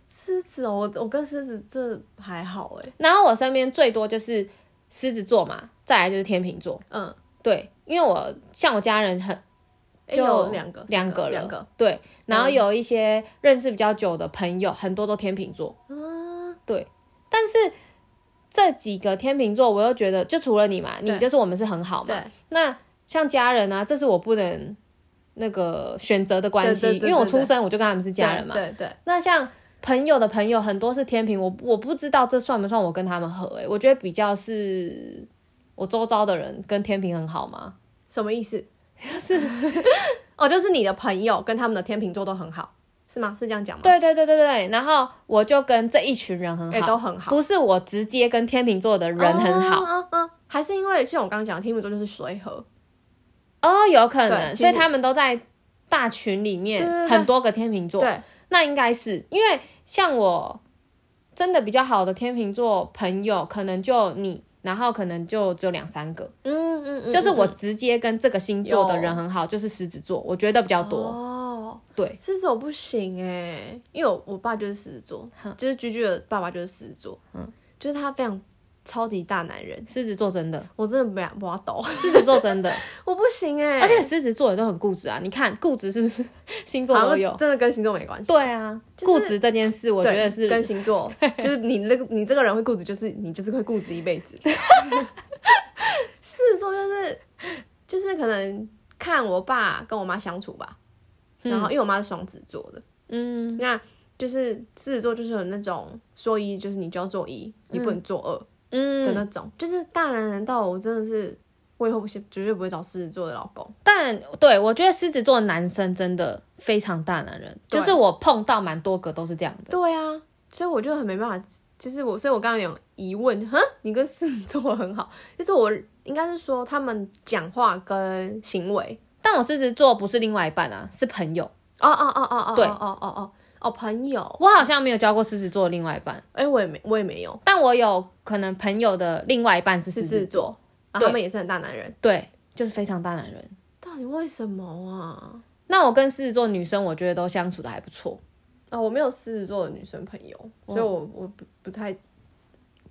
Speaker 1: 狮子哦，我我跟狮子这还好哎、
Speaker 2: 然后我身边最多就是狮子座嘛，再来就是天秤座。
Speaker 1: 嗯，
Speaker 2: 对，因为我像我家人很
Speaker 1: 诶
Speaker 2: 就
Speaker 1: 有两个
Speaker 2: 两
Speaker 1: 四个
Speaker 2: 了，
Speaker 1: 两个，
Speaker 2: 对，然后有一些认识比较久的朋友，很多都天秤座。
Speaker 1: 嗯
Speaker 2: 对，但是这几个天秤座，我又觉得就除了你嘛，你
Speaker 1: 对
Speaker 2: 就是我们是很好嘛。
Speaker 1: 对
Speaker 2: 那像家人啊，这是我不能那个选择的关系，
Speaker 1: 对对对
Speaker 2: 因为我
Speaker 1: 对对
Speaker 2: 出生我就跟他们是家人嘛。
Speaker 1: 对对
Speaker 2: 那像朋友的朋友很多是天平，我我不知道这算不算我跟他们合诶、欸我觉得比较是我周遭的人跟天平很好吗？
Speaker 1: 什么意思？ 是哦，就是你的朋友跟他们的天秤座都很好，是吗？是这样讲吗？
Speaker 2: 对对对对对，然后我就跟这一群人很
Speaker 1: 也、
Speaker 2: 好，
Speaker 1: 都很好，
Speaker 2: 不是我直接跟天秤座的人很好
Speaker 1: 嗯嗯，还是因为像我刚刚讲的，天秤座就是随和，
Speaker 2: 哦有可能，
Speaker 1: 对
Speaker 2: 所以
Speaker 1: 其实
Speaker 2: 他们都在大群里面
Speaker 1: 对对对
Speaker 2: 很多个天秤座，
Speaker 1: 对，
Speaker 2: 那应该是因为像我真的比较好的天秤座朋友，可能就你，然后可能就只有两三个。
Speaker 1: 嗯嗯
Speaker 2: 就是我直接跟这个星座的人很好，就是狮子座，我觉得比较多。
Speaker 1: 哦，
Speaker 2: 对，
Speaker 1: 狮子我不行哎、因为我我爸就是狮子座，就是居居的爸爸就是狮子座，嗯，就是他非常超级大男人，
Speaker 2: 狮子座真的，
Speaker 1: 我真的没办法抖，
Speaker 2: 狮子座真的，
Speaker 1: 我不行哎、
Speaker 2: 而且狮子座也都很固执啊。你看固执是不是星座
Speaker 1: 好
Speaker 2: 都
Speaker 1: 像
Speaker 2: 有？
Speaker 1: 真的跟星座没关系。
Speaker 2: 对啊，
Speaker 1: 就是
Speaker 2: 固执这件事，我觉
Speaker 1: 对，
Speaker 2: 得是
Speaker 1: 跟星座， 就是你那个你这个人会固执，就是你就是会固执一辈 子。狮子座就是就是可能看我爸跟我妈相处吧，然后因为我妈是双子座的，
Speaker 2: 嗯
Speaker 1: 那就是狮子座就是有那种说一就是你就要做一，你不能做二的
Speaker 2: 嗯，
Speaker 1: 那种，就是大男人到我真的是我以后不是绝对不会找狮子座的老公，
Speaker 2: 但对我觉得狮子座的男生真的非常大男人，
Speaker 1: 对
Speaker 2: 就是我碰到蛮多个都是这样的。
Speaker 1: 对啊，所以我就很没办法，就是我，所以我刚刚有疑问，哼，你跟狮子座很好， 就是我应该是说他们讲话跟行为，
Speaker 2: 但我狮子座不是另外一半啊，是朋友。
Speaker 1: 哦哦哦哦哦，
Speaker 2: 对
Speaker 1: 哦哦哦哦哦，朋友，
Speaker 2: 我好像没有交过狮子座的另外一半，
Speaker 1: 哎、我也没我也没有，
Speaker 2: 但我有可能朋友的另外一半是狮
Speaker 1: 是
Speaker 2: 子
Speaker 1: 狮子
Speaker 2: 座，
Speaker 1: 座，然
Speaker 2: 对
Speaker 1: 后他们也是很大男人，
Speaker 2: 对，就是非常大男人。
Speaker 1: 到底为什么啊？
Speaker 2: 那我跟狮子座女生，我觉得都相处的还不错。
Speaker 1: 啊、我没有狮子座的女生朋友，
Speaker 2: 哦
Speaker 1: 所以我我不不太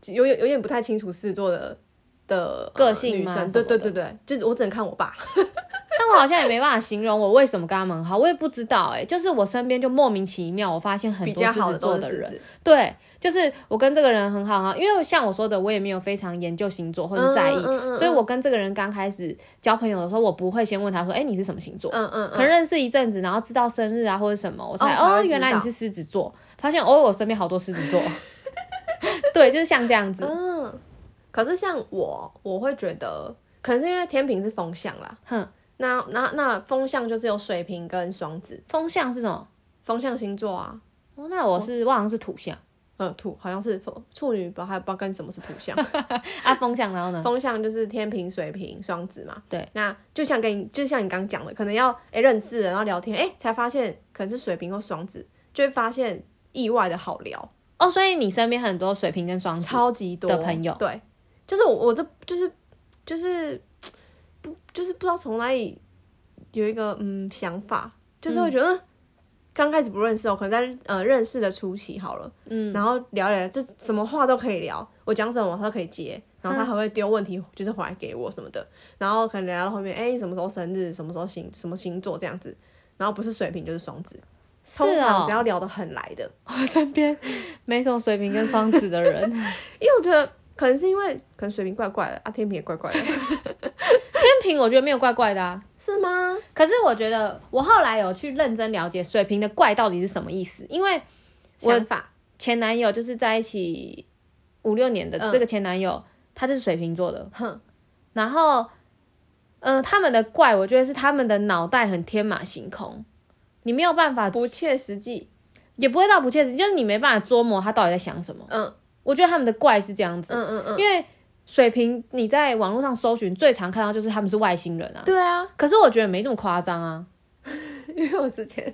Speaker 1: 有有有点不太清楚狮子座的。的呃
Speaker 2: 个性
Speaker 1: 女
Speaker 2: 吗
Speaker 1: 生，
Speaker 2: 什
Speaker 1: 对
Speaker 2: 么
Speaker 1: 对
Speaker 2: 的
Speaker 1: 对对，就是我只能看我爸，
Speaker 2: 但我好像也没办法形容我为什么跟他们好，我也不知道哎、就是我身边就莫名其妙，我发现很
Speaker 1: 比
Speaker 2: 多
Speaker 1: 较
Speaker 2: 狮
Speaker 1: 好
Speaker 2: 子
Speaker 1: 的
Speaker 2: 座
Speaker 1: 都
Speaker 2: 的
Speaker 1: 是狮
Speaker 2: 人，
Speaker 1: 子，
Speaker 2: 对，就是我跟这个人很好啊，因为像我说的，我也没有非常研究星座或者在意，
Speaker 1: 嗯嗯嗯嗯
Speaker 2: 所以我跟这个人刚开始交朋友的时候，我不会先问他说，哎、你是什么星座？
Speaker 1: 嗯嗯
Speaker 2: 可能认识一阵子，然后知道生日啊或者什么，我
Speaker 1: 哦
Speaker 2: 才
Speaker 1: 才会
Speaker 2: 哦
Speaker 1: 知
Speaker 2: 原来你
Speaker 1: 道
Speaker 2: 是狮子座，发现哦我身边好多狮子座， 对，就是像这样子，
Speaker 1: 嗯，可是像我，我会觉得，可能是因为天平是风象啦。
Speaker 2: 哼，
Speaker 1: 那那那风象就是有水瓶跟双子，
Speaker 2: 风象是什么？
Speaker 1: 风象星座啊，
Speaker 2: 哦，那我是我好像是土象
Speaker 1: 呃，土好像是风处女吧，还不知道跟什么是土 象。
Speaker 2: 啊，风象然后呢？
Speaker 1: 风象就是天平、水瓶、双子嘛。
Speaker 2: 对，
Speaker 1: 那就像跟你，就像你刚刚讲的，可能要哎、认识了，然后聊天，哎、才发现可能是水瓶或双子，就会发现意外的好聊。
Speaker 2: 哦，所以你身边很多水瓶跟双子，
Speaker 1: 超级多
Speaker 2: 的朋友
Speaker 1: 对，就是我我这就是就是不就是不知道从哪里有一个嗯想法，就是
Speaker 2: 嗯
Speaker 1: 会觉得。呃刚开始不认识哦，可能在呃认识的初期好了，嗯，然后聊一聊，就什么话都可以聊，我讲什么他都可以接，然后
Speaker 2: 嗯
Speaker 1: 他还会丢问题，就是回来给我什么的，然后可能聊到后面，哎、什么时候生日，什么时候星，什么星座这样子，然后不是水瓶就是双子，
Speaker 2: 是
Speaker 1: 通常只
Speaker 2: 哦，
Speaker 1: 要聊得很来的，
Speaker 2: 我身 边没什么水瓶跟双子的 人，天
Speaker 1: 因为我觉得可能是因为可能水瓶怪怪的，啊天平也怪怪的，
Speaker 2: 平我觉得没有怪怪的啊。
Speaker 1: 是吗？
Speaker 2: 可是我觉得我后来有去认真了解水瓶的怪到底是什么意思，因为我
Speaker 1: 想法
Speaker 2: 前男友就是在一起五六年的
Speaker 1: 嗯
Speaker 2: 这个前男友，他就是水瓶座的，哼。然后，嗯、他们的怪，我觉得是他们的脑袋很天马行空，你没有办法，
Speaker 1: 不切实际。
Speaker 2: 也不会到不切实际，就是你没办法捉摸他到底在想什么。
Speaker 1: 嗯
Speaker 2: 我觉得他们的怪是这样子，
Speaker 1: 嗯嗯嗯，
Speaker 2: 因为水瓶你在网络上搜寻最常看到就是他们是外星人啊，
Speaker 1: 对啊，
Speaker 2: 可是我觉得没这么夸张啊。
Speaker 1: 因为我之前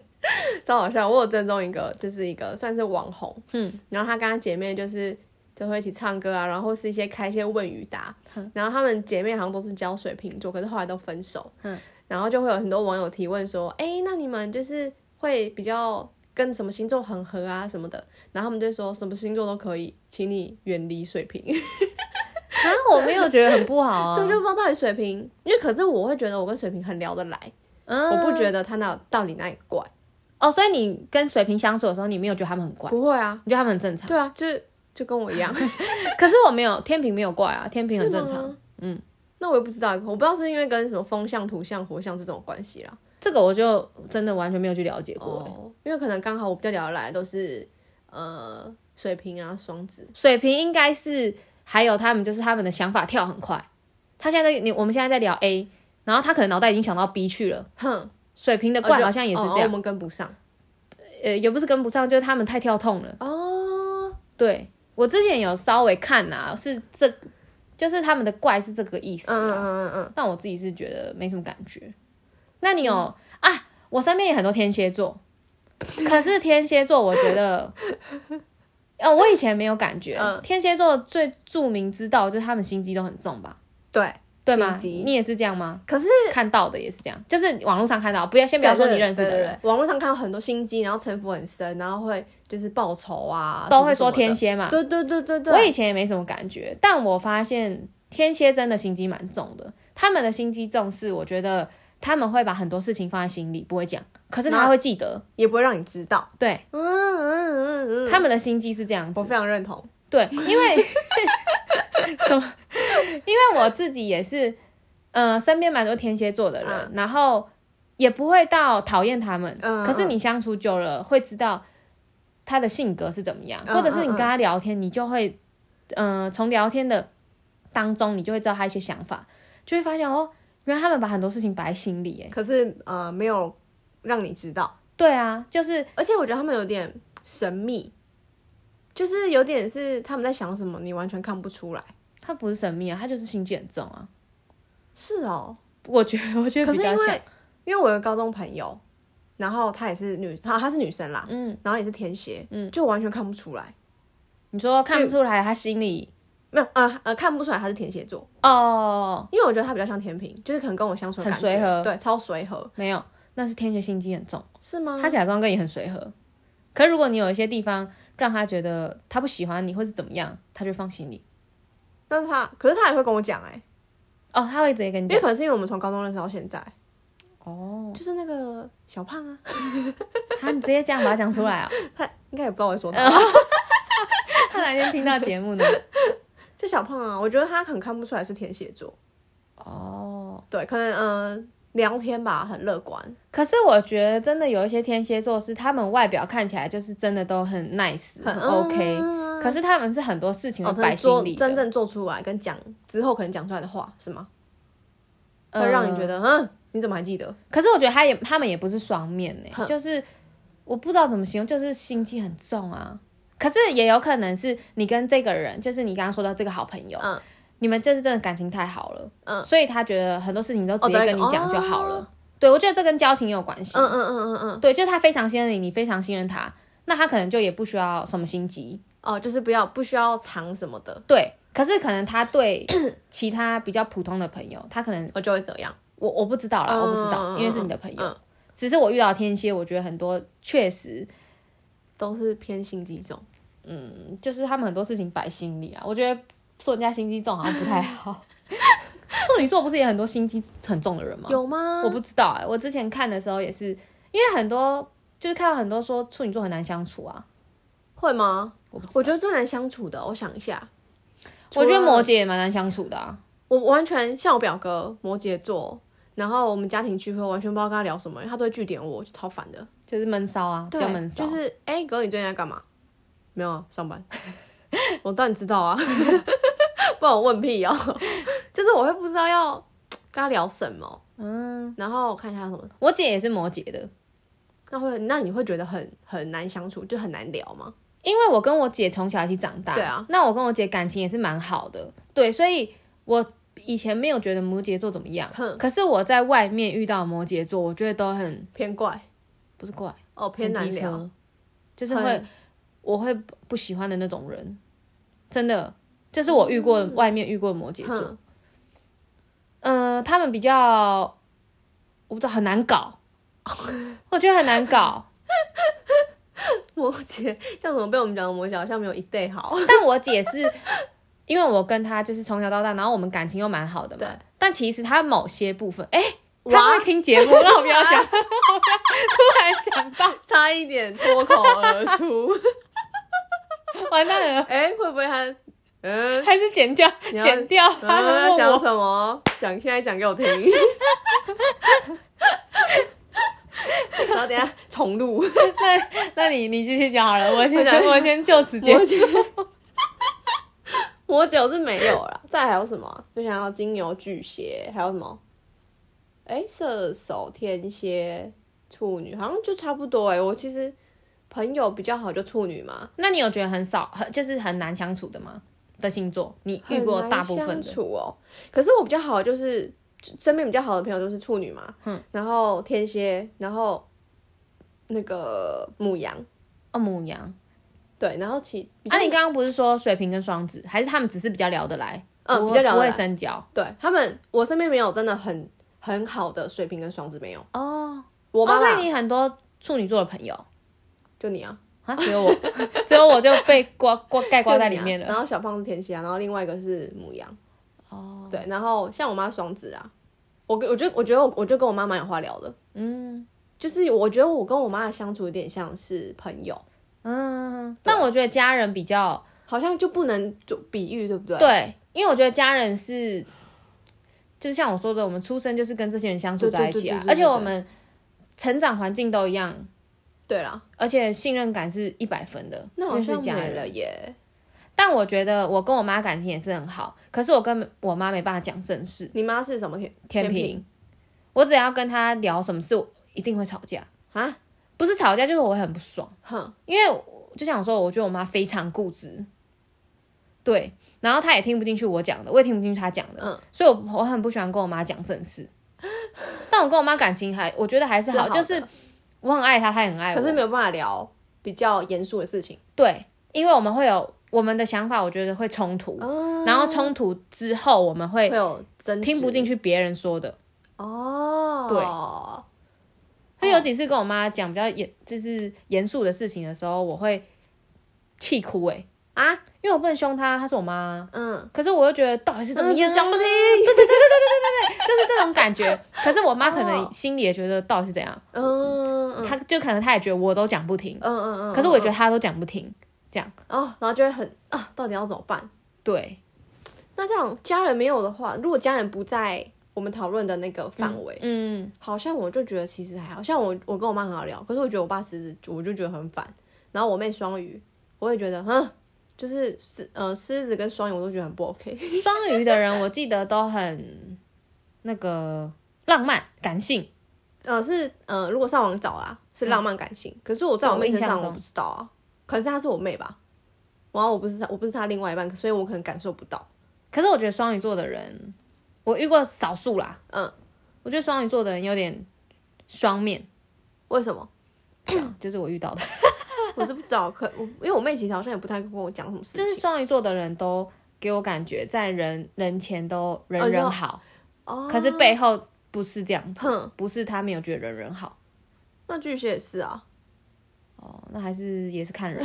Speaker 1: 超好笑，我有追踪一个，就是一个算是网红，
Speaker 2: 嗯，
Speaker 1: 然后她跟她姐妹就是都会一起唱歌啊，然后是一些开一些问与答，然后她们姐妹好像都是教水瓶座，可是后来都分手，
Speaker 2: 嗯，
Speaker 1: 然后就会有很多网友提问说，哎、那你们就是会比较。跟什么星座很合啊什么的，然后他们就会说什么星座都可以，请你远离水瓶。
Speaker 2: 啊，我没有觉得很不好 啊，
Speaker 1: 所以我就不知道到底水瓶，因为可是我会觉得我跟水瓶很聊得来，
Speaker 2: 嗯
Speaker 1: 我不觉得他那到底哪里怪，
Speaker 2: 哦，所以你跟水瓶相处的时候，你没有觉得他们很怪，
Speaker 1: 不会啊，
Speaker 2: 你觉得他们很正常。
Speaker 1: 对啊，就是就跟我一 样，
Speaker 2: 可是我没有天平没有怪啊，天平很正
Speaker 1: 是
Speaker 2: 常。
Speaker 1: 吗。那我也不知道，我不知道是因为跟什么风象、土象、火象这种关系啦。
Speaker 2: 这个我就真的完全没有去了解过欸、
Speaker 1: 哦，因为可能刚好我比较聊得来的都是呃水瓶啊、双子，
Speaker 2: 水瓶应该是还有他们就是他们的想法跳很快，他现在在你我们现在在聊 A，然后他可能脑袋已经想到 B 去了。
Speaker 1: 哼，
Speaker 2: 水瓶的
Speaker 1: 哦
Speaker 2: 怪
Speaker 1: 就
Speaker 2: 好像也是
Speaker 1: 哦
Speaker 2: 这
Speaker 1: 哦我
Speaker 2: 样，
Speaker 1: 们跟不上
Speaker 2: 呃，也不是跟不上，就是他们太跳痛了。
Speaker 1: 哦。
Speaker 2: 对我之前有稍微看啊，是这，就是他们的怪是这个意思、
Speaker 1: 嗯嗯
Speaker 2: 啊。
Speaker 1: 嗯嗯
Speaker 2: 但我自己是觉得没什么感觉。那你有啊？我身边也很多天蝎座， 可是天蝎座我觉得，呃，我以前没有感觉。
Speaker 1: 嗯
Speaker 2: 天蝎座最著名之道就是他们心机都很重吧？
Speaker 1: 嗯，对，
Speaker 2: 对吗？
Speaker 1: 紧急
Speaker 2: 你也是这样吗？
Speaker 1: 可是
Speaker 2: 看到的也是这样，就是网络上看到，不要先不要说你认识的
Speaker 1: 对对
Speaker 2: 人，
Speaker 1: 对网络上看到很多心机，然后城府很深，然后会就是报仇啊，
Speaker 2: 都会
Speaker 1: 什么什
Speaker 2: 说
Speaker 1: 么
Speaker 2: 天蝎嘛
Speaker 1: 的。。对对对对对，
Speaker 2: 我以前也没什么感觉，但我发现天蝎真的心机蛮重的，他们的心机重是我觉得他们会把很多事情放在心里，不会讲，可是他
Speaker 1: 那
Speaker 2: 会记得。
Speaker 1: 也不会让你知道。
Speaker 2: 对，
Speaker 1: 嗯嗯嗯嗯，
Speaker 2: 他们的心机是这样
Speaker 1: 我
Speaker 2: 子。
Speaker 1: 非常认同。
Speaker 2: 对，因为怎么？因为我自己也是，呃，身边蛮多天蝎座的人，
Speaker 1: 嗯
Speaker 2: 然后也不会到讨厌他们，
Speaker 1: 嗯
Speaker 2: 可是你相处久了会知道他的性格是怎么样，
Speaker 1: 嗯
Speaker 2: 或者是你跟他聊天，你就会，嗯、从聊天的当中你就会知道他一些想法，就会发现哦，原来他们把很多事情摆在心里，哎，
Speaker 1: 可是呃，没有让你知道，
Speaker 2: 对啊，就是
Speaker 1: 而且我觉得他们有点神秘，就是有点是他们在想什么，你完全看不出来。
Speaker 2: 他不是神秘啊，他就是心机很重啊，
Speaker 1: 是哦，
Speaker 2: 我觉得我觉得
Speaker 1: 可
Speaker 2: 比
Speaker 1: 是
Speaker 2: 较
Speaker 1: 因
Speaker 2: 像
Speaker 1: 为，因为我有个高中朋友，然后她也是女，她她是女生啦，
Speaker 2: 嗯，
Speaker 1: 然后也是天蝎，嗯，就完全看不出来，
Speaker 2: 你说看不出来他心里。
Speaker 1: 没有呃呃看不出来她是天蝎座，
Speaker 2: 哦，
Speaker 1: 因为我觉得她比较像天平，就是可能跟我相处的
Speaker 2: 很
Speaker 1: 感觉
Speaker 2: 随和
Speaker 1: 对，超随和，
Speaker 2: 没有，那是天蝎心机很重，
Speaker 1: 是吗？
Speaker 2: 他假装跟你很随和，可如果你有一些地方让他觉得他不喜欢你或是怎么样，他就放心里。
Speaker 1: 但是她可是她也会跟我讲哎、
Speaker 2: 哦，他会直接跟你
Speaker 1: 因
Speaker 2: 讲
Speaker 1: 为。可能是因为我们从高中认识到现在，
Speaker 2: 哦，
Speaker 1: 就是那个小胖啊，
Speaker 2: 他你直接这样把他讲出来啊、
Speaker 1: 他应该也不知道我在说他。
Speaker 2: 他哪天听到节目呢？
Speaker 1: 就小胖啊，我觉得他很看不出来是天蝎座，
Speaker 2: 哦，
Speaker 1: 对，可能嗯、呃聊天吧，很乐观，
Speaker 2: 可是我觉得真的有一些天蝎座是他们外表看起来就是真的都很 nice，很 OK，、
Speaker 1: 嗯
Speaker 2: 可是他们是很多事情
Speaker 1: 哦，
Speaker 2: 会
Speaker 1: 真
Speaker 2: 摆
Speaker 1: 的做
Speaker 2: 心里的
Speaker 1: 真正做出来跟讲之后可能讲出来的话是吗？
Speaker 2: 呃
Speaker 1: 会让你觉得嗯，你怎么还记得？
Speaker 2: 可是我觉得他也他们也不是双面呢、
Speaker 1: 哼
Speaker 2: 就是我不知道怎么形容，就是心机很重啊。可是也有可能是你跟这个人，就是你刚刚说到这个好朋友，
Speaker 1: 嗯
Speaker 2: 你们就是真的感情太好了，
Speaker 1: 嗯
Speaker 2: 所以他觉得很多事情都直
Speaker 1: 哦
Speaker 2: 接
Speaker 1: 对
Speaker 2: 跟你讲就好了。
Speaker 1: 哦
Speaker 2: 对我觉得这跟交情也有关系，
Speaker 1: 嗯嗯嗯嗯嗯，
Speaker 2: 对，就是他非常信任你，你非常信任他，那他可能就也不需要什么心机，
Speaker 1: 哦，就是不要不需要藏什么的，
Speaker 2: 对。可是可能他对其他比较普通的朋友，他可能
Speaker 1: 我就会这样。
Speaker 2: 我我不知道啦，我不知道，因为是你的朋友。
Speaker 1: 嗯
Speaker 2: 只是我遇到天蝎，我觉得很多确实
Speaker 1: 都是偏心机重。
Speaker 2: 就是他们很多事情摆心里啊。我觉得说人家心机重好像不太好。 处女座不是也很多心机很重的人吗？
Speaker 1: 有啊吗？
Speaker 2: 我不知道哎、我之前看的时候也是，因为很多就是看到很多说处女座很难相处啊。
Speaker 1: 会吗？
Speaker 2: 我不知
Speaker 1: 我觉得最难相处的，我想一下，
Speaker 2: 我觉得
Speaker 1: 除了
Speaker 2: 摩羯也蛮难相处的啊。
Speaker 1: 我完全像我表哥摩羯座，然后我们家庭聚会完全不知道跟他聊什么，因为他都会据点我，就超烦的。
Speaker 2: 就是闷骚啊，比较闷骚。
Speaker 1: 就是哎、哥，你最近在干嘛？没有啊，上班。 我当然知道啊， 不然我问屁哦、就是我会不知道要跟他聊什么，嗯，然后我看一下什么，
Speaker 2: 我姐也是摩羯的，
Speaker 1: 那会那你会觉得很很难相处，就很难聊吗？
Speaker 2: 因为我跟我姐从小一起长大，
Speaker 1: 对啊，
Speaker 2: 那我跟我姐感情也是蛮好的，对，所以我以前没有觉得摩羯座怎么样，
Speaker 1: 哼，
Speaker 2: 可是我在外面遇到摩羯座，我觉得都很
Speaker 1: 偏怪
Speaker 2: 不是怪，
Speaker 1: 哦，偏难
Speaker 2: 很机
Speaker 1: 聊，
Speaker 2: 车，就是会我会不喜欢的那种人，真的，这是我遇过、外面遇过的摩羯座，
Speaker 1: 嗯哼，
Speaker 2: 嗯、他们比较我不知道很难 搞，我觉得很难搞，
Speaker 1: 摩羯像什么被我们讲的摩羯好像没有一对好，
Speaker 2: 但我姐是。因为我跟她就是从小到大，然后我们感情又蛮好的嘛
Speaker 1: 对。
Speaker 2: 但其实她某些部分，哎、
Speaker 1: 哇
Speaker 2: 她会听节目，那我不 要讲，我不要突然想到，
Speaker 1: 差一点脱口而出，
Speaker 2: 完蛋了，
Speaker 1: 哎、会不会他嗯？
Speaker 2: 还是剪掉，
Speaker 1: 你要啊
Speaker 2: 剪掉。 他
Speaker 1: 然后
Speaker 2: 们
Speaker 1: 要
Speaker 2: 问
Speaker 1: 讲
Speaker 2: 我，
Speaker 1: 什么？讲现在讲给我听。 然后等一下重录，
Speaker 2: 那那你你继续讲好了，我先
Speaker 1: 我想
Speaker 2: 我先就此结
Speaker 1: 摩
Speaker 2: 束。
Speaker 1: 羯，摩羯是没有啦。再来还有什么啊？就想要金牛、巨蟹，还有什么？哎、射手、天蝎、处女，好像就差不多哎、我其实朋友比较好就处女嘛，
Speaker 2: 那你有觉得很少，很就是很难相处的吗？的星座，你遇
Speaker 1: 很
Speaker 2: 过
Speaker 1: 难
Speaker 2: 大部
Speaker 1: 相
Speaker 2: 分的
Speaker 1: 处哦。可是我比较好的就是身边比较好的朋友都是处女嘛，
Speaker 2: 嗯
Speaker 1: 然后天蝎，然后那个母羊，
Speaker 2: 哦，母羊。
Speaker 1: 对，然后其比较、
Speaker 2: 啊，你刚刚不是说水瓶跟双子，还是他们只是比较聊得来？
Speaker 1: 嗯，
Speaker 2: 不
Speaker 1: 比较聊
Speaker 2: 不
Speaker 1: 得
Speaker 2: 会
Speaker 1: 来。
Speaker 2: 三角
Speaker 1: 对他们，我身边没有真的很很好的水瓶跟双子没有，
Speaker 2: 哦。
Speaker 1: 我妈
Speaker 2: 哦，所
Speaker 1: 妈、
Speaker 2: 以你很多处女座的朋友
Speaker 1: 就你啊，
Speaker 2: 啊，只有我， 只有我就被挂挂盖
Speaker 1: 就
Speaker 2: 挂
Speaker 1: 你
Speaker 2: 在
Speaker 1: 啊
Speaker 2: 里面了。
Speaker 1: 然后小胖是天蝎啊，然后另外一个是母羊。
Speaker 2: 哦，
Speaker 1: 对，然后像我妈双子啊，我跟我觉得我觉得我我就跟我妈蛮有话聊的，
Speaker 2: 嗯
Speaker 1: 就是我觉得我跟我妈的相处有点像是朋友，
Speaker 2: 嗯，但我觉得家人比较
Speaker 1: 好像就不能就比喻，对不对？
Speaker 2: 对，因为我觉得家人是，就是像我说的，我们出生就是跟这些人相处
Speaker 1: 对
Speaker 2: 在
Speaker 1: 对
Speaker 2: 一
Speaker 1: 对
Speaker 2: 起
Speaker 1: 对
Speaker 2: 啊，
Speaker 1: 对
Speaker 2: 而且
Speaker 1: 对
Speaker 2: 我们成长环境都一样，
Speaker 1: 对啦，
Speaker 2: 而且信任感是一百分的，
Speaker 1: 那
Speaker 2: 因
Speaker 1: 好
Speaker 2: 为是
Speaker 1: 像
Speaker 2: 家
Speaker 1: 没
Speaker 2: 人。
Speaker 1: 了耶。
Speaker 2: 但我觉得我跟我妈感情也是很好，可是我跟我妈没办法讲正事。
Speaker 1: 你妈是什么天
Speaker 2: 天平，我只要跟她聊什么事，我一定会吵架，
Speaker 1: 啊？
Speaker 2: 不是吵架就是我会很不爽，
Speaker 1: 哼，
Speaker 2: 因为我就想说，我觉得我妈非常固执，对，然后她也听不进去我讲的，我也听不进去她讲的，
Speaker 1: 嗯
Speaker 2: 所以我我很不喜欢跟我妈讲 正事。但我跟我妈感情还，我觉得还是好，
Speaker 1: 是好
Speaker 2: 就
Speaker 1: 的
Speaker 2: 是我很爱她，她也很爱我，
Speaker 1: 可是没有办法聊比较严肃的事情。
Speaker 2: 对，因为我们会有我们的想法，我觉得会冲
Speaker 1: 哦
Speaker 2: 突，然后冲突之后我们会
Speaker 1: 会有争
Speaker 2: 听不
Speaker 1: 执
Speaker 2: 进去别人说的。
Speaker 1: 哦，
Speaker 2: 他有几次跟我妈讲比较严，就是严肃的事情的时候，我会气哭哎、
Speaker 1: 对啊，
Speaker 2: 因为我不能凶她，她是我妈，
Speaker 1: 嗯，
Speaker 2: 可是我又觉得到底是怎么
Speaker 1: 嗯
Speaker 2: 样，
Speaker 1: 讲不听，
Speaker 2: 就是这种感 觉。可是我妈可能
Speaker 1: 哦
Speaker 2: 心里也觉得到底是怎样，
Speaker 1: 嗯嗯
Speaker 2: 她就可能她也觉得我都讲不听，
Speaker 1: 嗯嗯，
Speaker 2: 可是我也觉得她都讲不听，这样
Speaker 1: 哦，然后就会很啊，到底要怎么办？
Speaker 2: 对，
Speaker 1: 那这样家人没有的话，如果家人不在我们讨论的那个范围，
Speaker 2: 嗯，
Speaker 1: 好像我就觉得其实还好像我我跟我妈很好聊，可是我觉得我爸狮子，我就觉得很烦。然后我妹双鱼，我也觉得，哼，就是狮呃狮子跟双鱼我都觉得很不 OK。
Speaker 2: 双鱼的人我记得都很那个浪漫感性，
Speaker 1: 呃，是呃，如果上网找啦，是浪漫感性，可是我在我妹身
Speaker 2: 嗯我印象
Speaker 1: 上
Speaker 2: 中
Speaker 1: 我不知道啊，可是她是我妹吧，然后我不是她，我不是她另外一半，所以我可能感受不到。
Speaker 2: 可是我觉得双鱼座的人，我遇过少数啦，
Speaker 1: 嗯，
Speaker 2: 我觉得双鱼座的人有点双面。
Speaker 1: 为什么？
Speaker 2: 就是我遇到的，
Speaker 1: 我是不知道，可我因为我妹其实好像也不太跟我讲什么事情。
Speaker 2: 就是双鱼座的人都给我感觉在人人前都人人好，
Speaker 1: 哦，
Speaker 2: 可是背后不是这样子，
Speaker 1: 哼，
Speaker 2: 不是他没有觉得人人好
Speaker 1: 那巨蟹也是啊，
Speaker 2: 哦，那还是也是看人，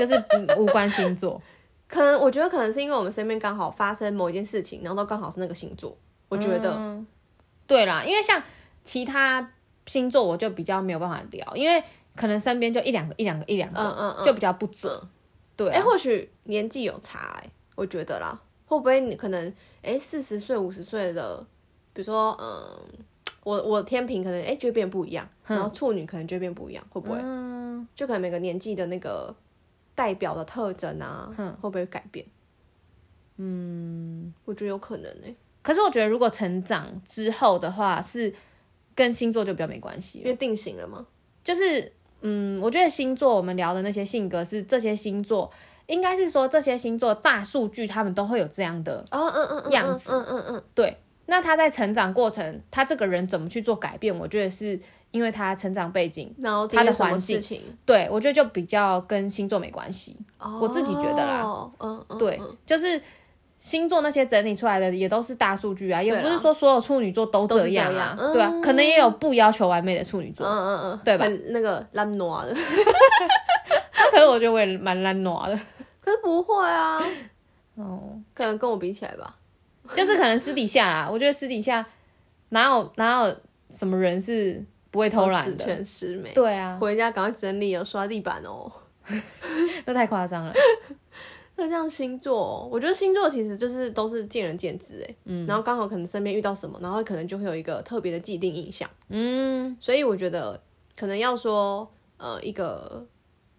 Speaker 2: 就是嗯无关星座，
Speaker 1: 可能我觉得可能是因为我们身边刚好发生某一件事情，然后都刚好是那个星座，我觉得、
Speaker 2: 嗯对啦，因为像其他星座我就比较没有办法聊，因为可能身边就一两个一两个一两个，
Speaker 1: 嗯嗯嗯
Speaker 2: 就比较不准，对
Speaker 1: 哎、
Speaker 2: 啊、
Speaker 1: 或许年纪有差、欸，我觉得啦，会不会你可能哎四十岁五十岁的，比如说嗯，我我天平可能哎、就会变不一样，然后处女可能就会变不一样，会不会？
Speaker 2: 嗯，
Speaker 1: 就可能每个年纪的那个代表的特征啊，
Speaker 2: 嗯
Speaker 1: 会不会改变？嗯，我觉得有可能哎、
Speaker 2: 可是我觉得如果成长之后的话是。跟星座就比较没关系了
Speaker 1: 因为定型了嘛。
Speaker 2: 就是嗯，我觉得星座我们聊的那些性格是这些星座，应该是说这些星座大数据他们都会有这样的
Speaker 1: 哦，嗯嗯嗯，
Speaker 2: 样子
Speaker 1: 嗯嗯嗯嗯，
Speaker 2: 对。那他在成长过程，他这个人怎么去做改变？我觉得是因为他成长背景，
Speaker 1: 然后
Speaker 2: 他
Speaker 1: 经
Speaker 2: 的
Speaker 1: 历什么
Speaker 2: 环境
Speaker 1: 事情，
Speaker 2: 对我觉得就比较跟星座没关系。我自己觉得啦
Speaker 1: 哦，嗯嗯，
Speaker 2: 对，就是星座那些整理出来的也都是大数据啊，也
Speaker 1: 对啦
Speaker 2: 不是说所有处女座都
Speaker 1: 都是
Speaker 2: 这样啊，
Speaker 1: 这样
Speaker 2: 对啊，
Speaker 1: 嗯
Speaker 2: 可能也有不要求完美的处女
Speaker 1: 嗯
Speaker 2: 座，
Speaker 1: 嗯嗯，
Speaker 2: 对吧
Speaker 1: 很那个懒惰的，
Speaker 2: 可是我觉得我也蛮懒惰啊的，
Speaker 1: 可是不会啊，
Speaker 2: 哦。
Speaker 1: 可能跟我比起来吧。
Speaker 2: 就是可能私底下啦，我觉得私底下哪有哪有什么人是不会偷懒
Speaker 1: 十
Speaker 2: 的？
Speaker 1: 哦全十美。
Speaker 2: 对啊，
Speaker 1: 回家赶快整理哦，刷地板哦。
Speaker 2: 那太夸张了。
Speaker 1: 那像星座哦、我觉得星座其实就是都是见仁见智哎，嗯，然后刚好可能身边遇到什么，然后可能就会有一个特别的既定印象，
Speaker 2: 嗯，
Speaker 1: 所以我觉得可能要说呃一个。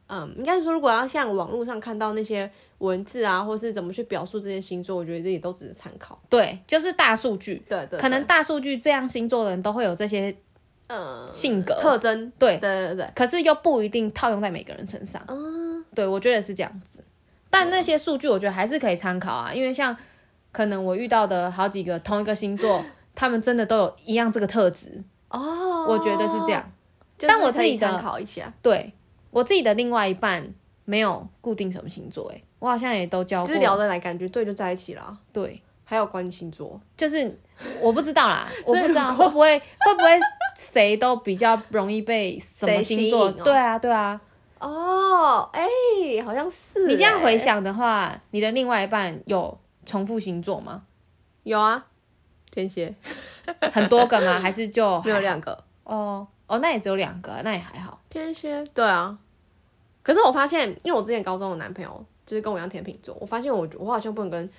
Speaker 1: 嗯，应该是说，如果要像网络上看到那些文字啊，或是怎么去表述这些星座，我觉得这也都只是参考。
Speaker 2: 对，就是大数据，
Speaker 1: 对对对
Speaker 2: 可能大数据这样星座的人都会有这些
Speaker 1: 呃
Speaker 2: 性格，
Speaker 1: 特征，
Speaker 2: 对，
Speaker 1: 对对对，
Speaker 2: 可是又不一定套用在每个人身上。
Speaker 1: 哦
Speaker 2: 嗯，对，我觉得是这样子。但
Speaker 1: 啊
Speaker 2: 那些数据我觉得还是可以参考啊，因为像可能我遇到的好几个同一个星座，他们真的都有一样这个特质，
Speaker 1: 哦，
Speaker 2: 我觉得是这样。
Speaker 1: 就是
Speaker 2: 但我
Speaker 1: 可
Speaker 2: 自己
Speaker 1: 以
Speaker 2: 的
Speaker 1: 参考一下，
Speaker 2: 对我自己的另外一半没有固定什么星座、欸，我好像也都交
Speaker 1: 就
Speaker 2: 过。
Speaker 1: 是聊得来，感觉对就在一起了。
Speaker 2: 对，
Speaker 1: 还有关于星座，
Speaker 2: 就是我不知道啦，我
Speaker 1: 所以
Speaker 2: 不知道
Speaker 1: 如果
Speaker 2: 会不会会不会谁都比较容易被什么
Speaker 1: 谁吸
Speaker 2: 星座？
Speaker 1: 引哦
Speaker 2: 对啊，对啊。
Speaker 1: 哦，哎、好像是、
Speaker 2: 你这样
Speaker 1: 哎
Speaker 2: 回想的话，你的另外一半有重复星 座吗？
Speaker 1: 有啊，天蝎
Speaker 2: 很多个吗？还是就
Speaker 1: 没有两个，
Speaker 2: 哦哦，那也只有两个，那也还好。
Speaker 1: 天蝎对啊。可是我发现，因为我之前高中的男朋友就是跟我一样天秤座，我发现我我好像不能跟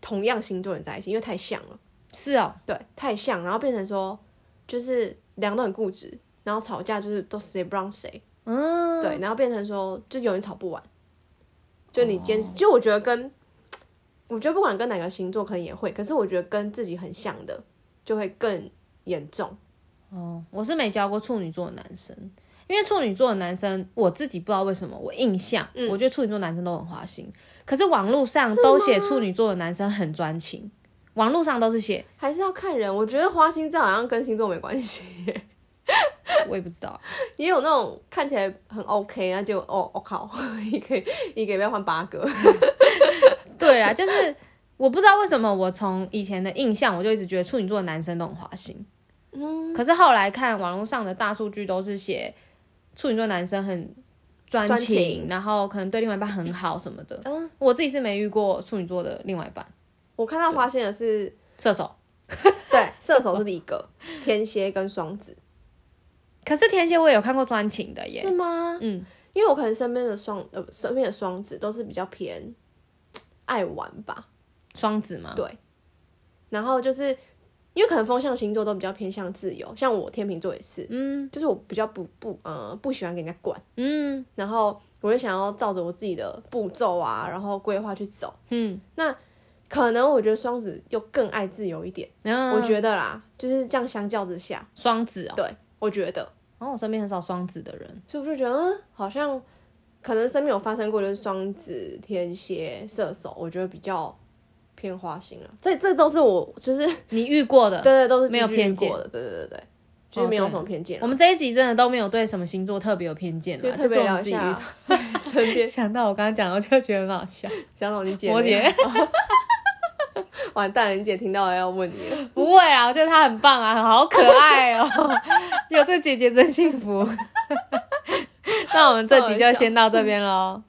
Speaker 1: 同样星座的人在一起，因为太像了，
Speaker 2: 是哦，
Speaker 1: 对，太像，然后变成说就是两个都很固执，然后吵架就是都谁不让谁，
Speaker 2: 嗯，
Speaker 1: 对，然后变成说就永远吵不完，就你坚
Speaker 2: 哦
Speaker 1: 持，就我觉得跟我觉得不管跟哪个星座可能也会，可是我觉得跟自己很像的就会更严重。
Speaker 2: 哦，我是没交过处女座的男生，因为处女座的男生我自己不知道为什么，我印象、我觉得处女座男生都很花心，可是网络上都写处女座的男生很专情，网络上都是写，
Speaker 1: 还是要看人，我觉得花心这好像跟星座没关系，
Speaker 2: 我也不知 道，
Speaker 1: 也有那种看起来很 OK，那就哦，我、靠， 一个一个也要换八个，
Speaker 2: 对啦，就是我不知道为什么我从以前的印象我就一直觉得处女座的男生都很花心，嗯，可是后来看网络上的大数据都是写处女座男生很专
Speaker 1: 专
Speaker 2: 情，
Speaker 1: 情
Speaker 2: 然后可能对另外一半很好什么的，嗯，我自己是没遇过处女座的另外一半
Speaker 1: 我看到花心的是
Speaker 2: 射手。
Speaker 1: 对射手是一个，天蝎跟双子
Speaker 2: 可是天蝎我也有看过专情的耶，
Speaker 1: 是吗？
Speaker 2: 嗯，
Speaker 1: 因为我可能身边的双呃身边的双子都是比较偏爱玩吧，
Speaker 2: 双子嘛，
Speaker 1: 对，然后就是。因为可能风象星座都比较偏向自由，像我天秤座也是，嗯，就是我比较不不呃不喜欢给人家管。
Speaker 2: 嗯
Speaker 1: 然后我就想要照着我自己的步骤啊，然后规划去走。
Speaker 2: 嗯，
Speaker 1: 可能我觉得双子又更爱自由一点，
Speaker 2: 然后
Speaker 1: 我觉得啦，就是这样相较之下，
Speaker 2: 双子哦，
Speaker 1: 对我觉得，
Speaker 2: 然后我身边很少双子的人，
Speaker 1: 所以我就觉得，嗯，好像可能身边有发生过，就是双子、天蝎、射手，我觉得比较偏花心了。这这都是我，其实
Speaker 2: 你遇过
Speaker 1: 对
Speaker 2: 的。
Speaker 1: 对，都是
Speaker 2: 没有
Speaker 1: 继续遇
Speaker 2: 偏见
Speaker 1: 过的，对对对对，就是没有什么偏见
Speaker 2: 我
Speaker 1: 了。
Speaker 2: 们这一集真的都没有对什么星座特别有偏见
Speaker 1: 就
Speaker 2: 啦，
Speaker 1: 特
Speaker 2: 这
Speaker 1: 别
Speaker 2: 是我
Speaker 1: 啊聊一
Speaker 2: 们自己遇
Speaker 1: 下
Speaker 2: 到。
Speaker 1: 身边
Speaker 2: 想到我刚刚讲，我就觉得很好笑。
Speaker 1: 想到你姐，
Speaker 2: 摩 羯，
Speaker 1: 完蛋了，你姐听到了要问你了。
Speaker 2: 不会啊，我觉得她很棒啊，好可爱哦、有这姐姐真幸 福。那我们这集就先到这边喽。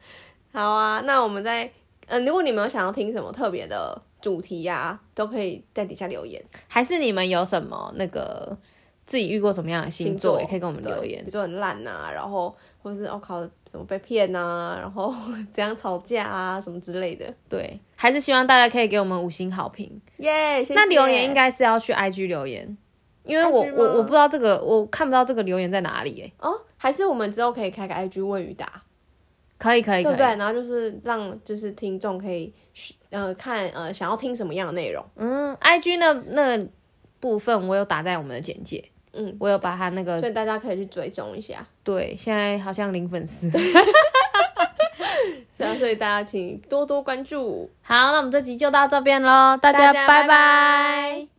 Speaker 1: 好啊，那我们在嗯、如果你们有想要听什么特别的主题呀、都可以在底下留言。
Speaker 2: 还是你们有什么那个自己遇过什么样的星座，也可以跟我们留
Speaker 1: 对
Speaker 2: 言
Speaker 1: 比。如说很烂呐、然后或者是我、靠怎么被骗呐、然后 怎样吵架啊什么之类的。
Speaker 2: 对，还是希望大家可以给我们五星好评。
Speaker 1: 耶、谢谢
Speaker 2: 那留言应该是要去 IG 留言，因为我
Speaker 1: IG 吗
Speaker 2: 我我不知道这个，我看不到这个留言在哪里诶。
Speaker 1: 哦，还是我们之后可以开个 IG 问与答，
Speaker 2: 可以可
Speaker 1: 对
Speaker 2: 以可
Speaker 1: 不
Speaker 2: 以，
Speaker 1: 对？然后就是让就是听众可以呃看呃想要听什么样的内容。
Speaker 2: 嗯，IG 那那部分我有打在我们的简介，
Speaker 1: 嗯，
Speaker 2: 我有把它那个
Speaker 1: 所以大家可以去追踪一下，
Speaker 2: 对，现在好像零粉丝。
Speaker 1: 对啊，所以大家请多多关注。
Speaker 2: 好，那我们这集就到这边喽，大
Speaker 1: 大
Speaker 2: 家
Speaker 1: 家拜
Speaker 2: 拜拜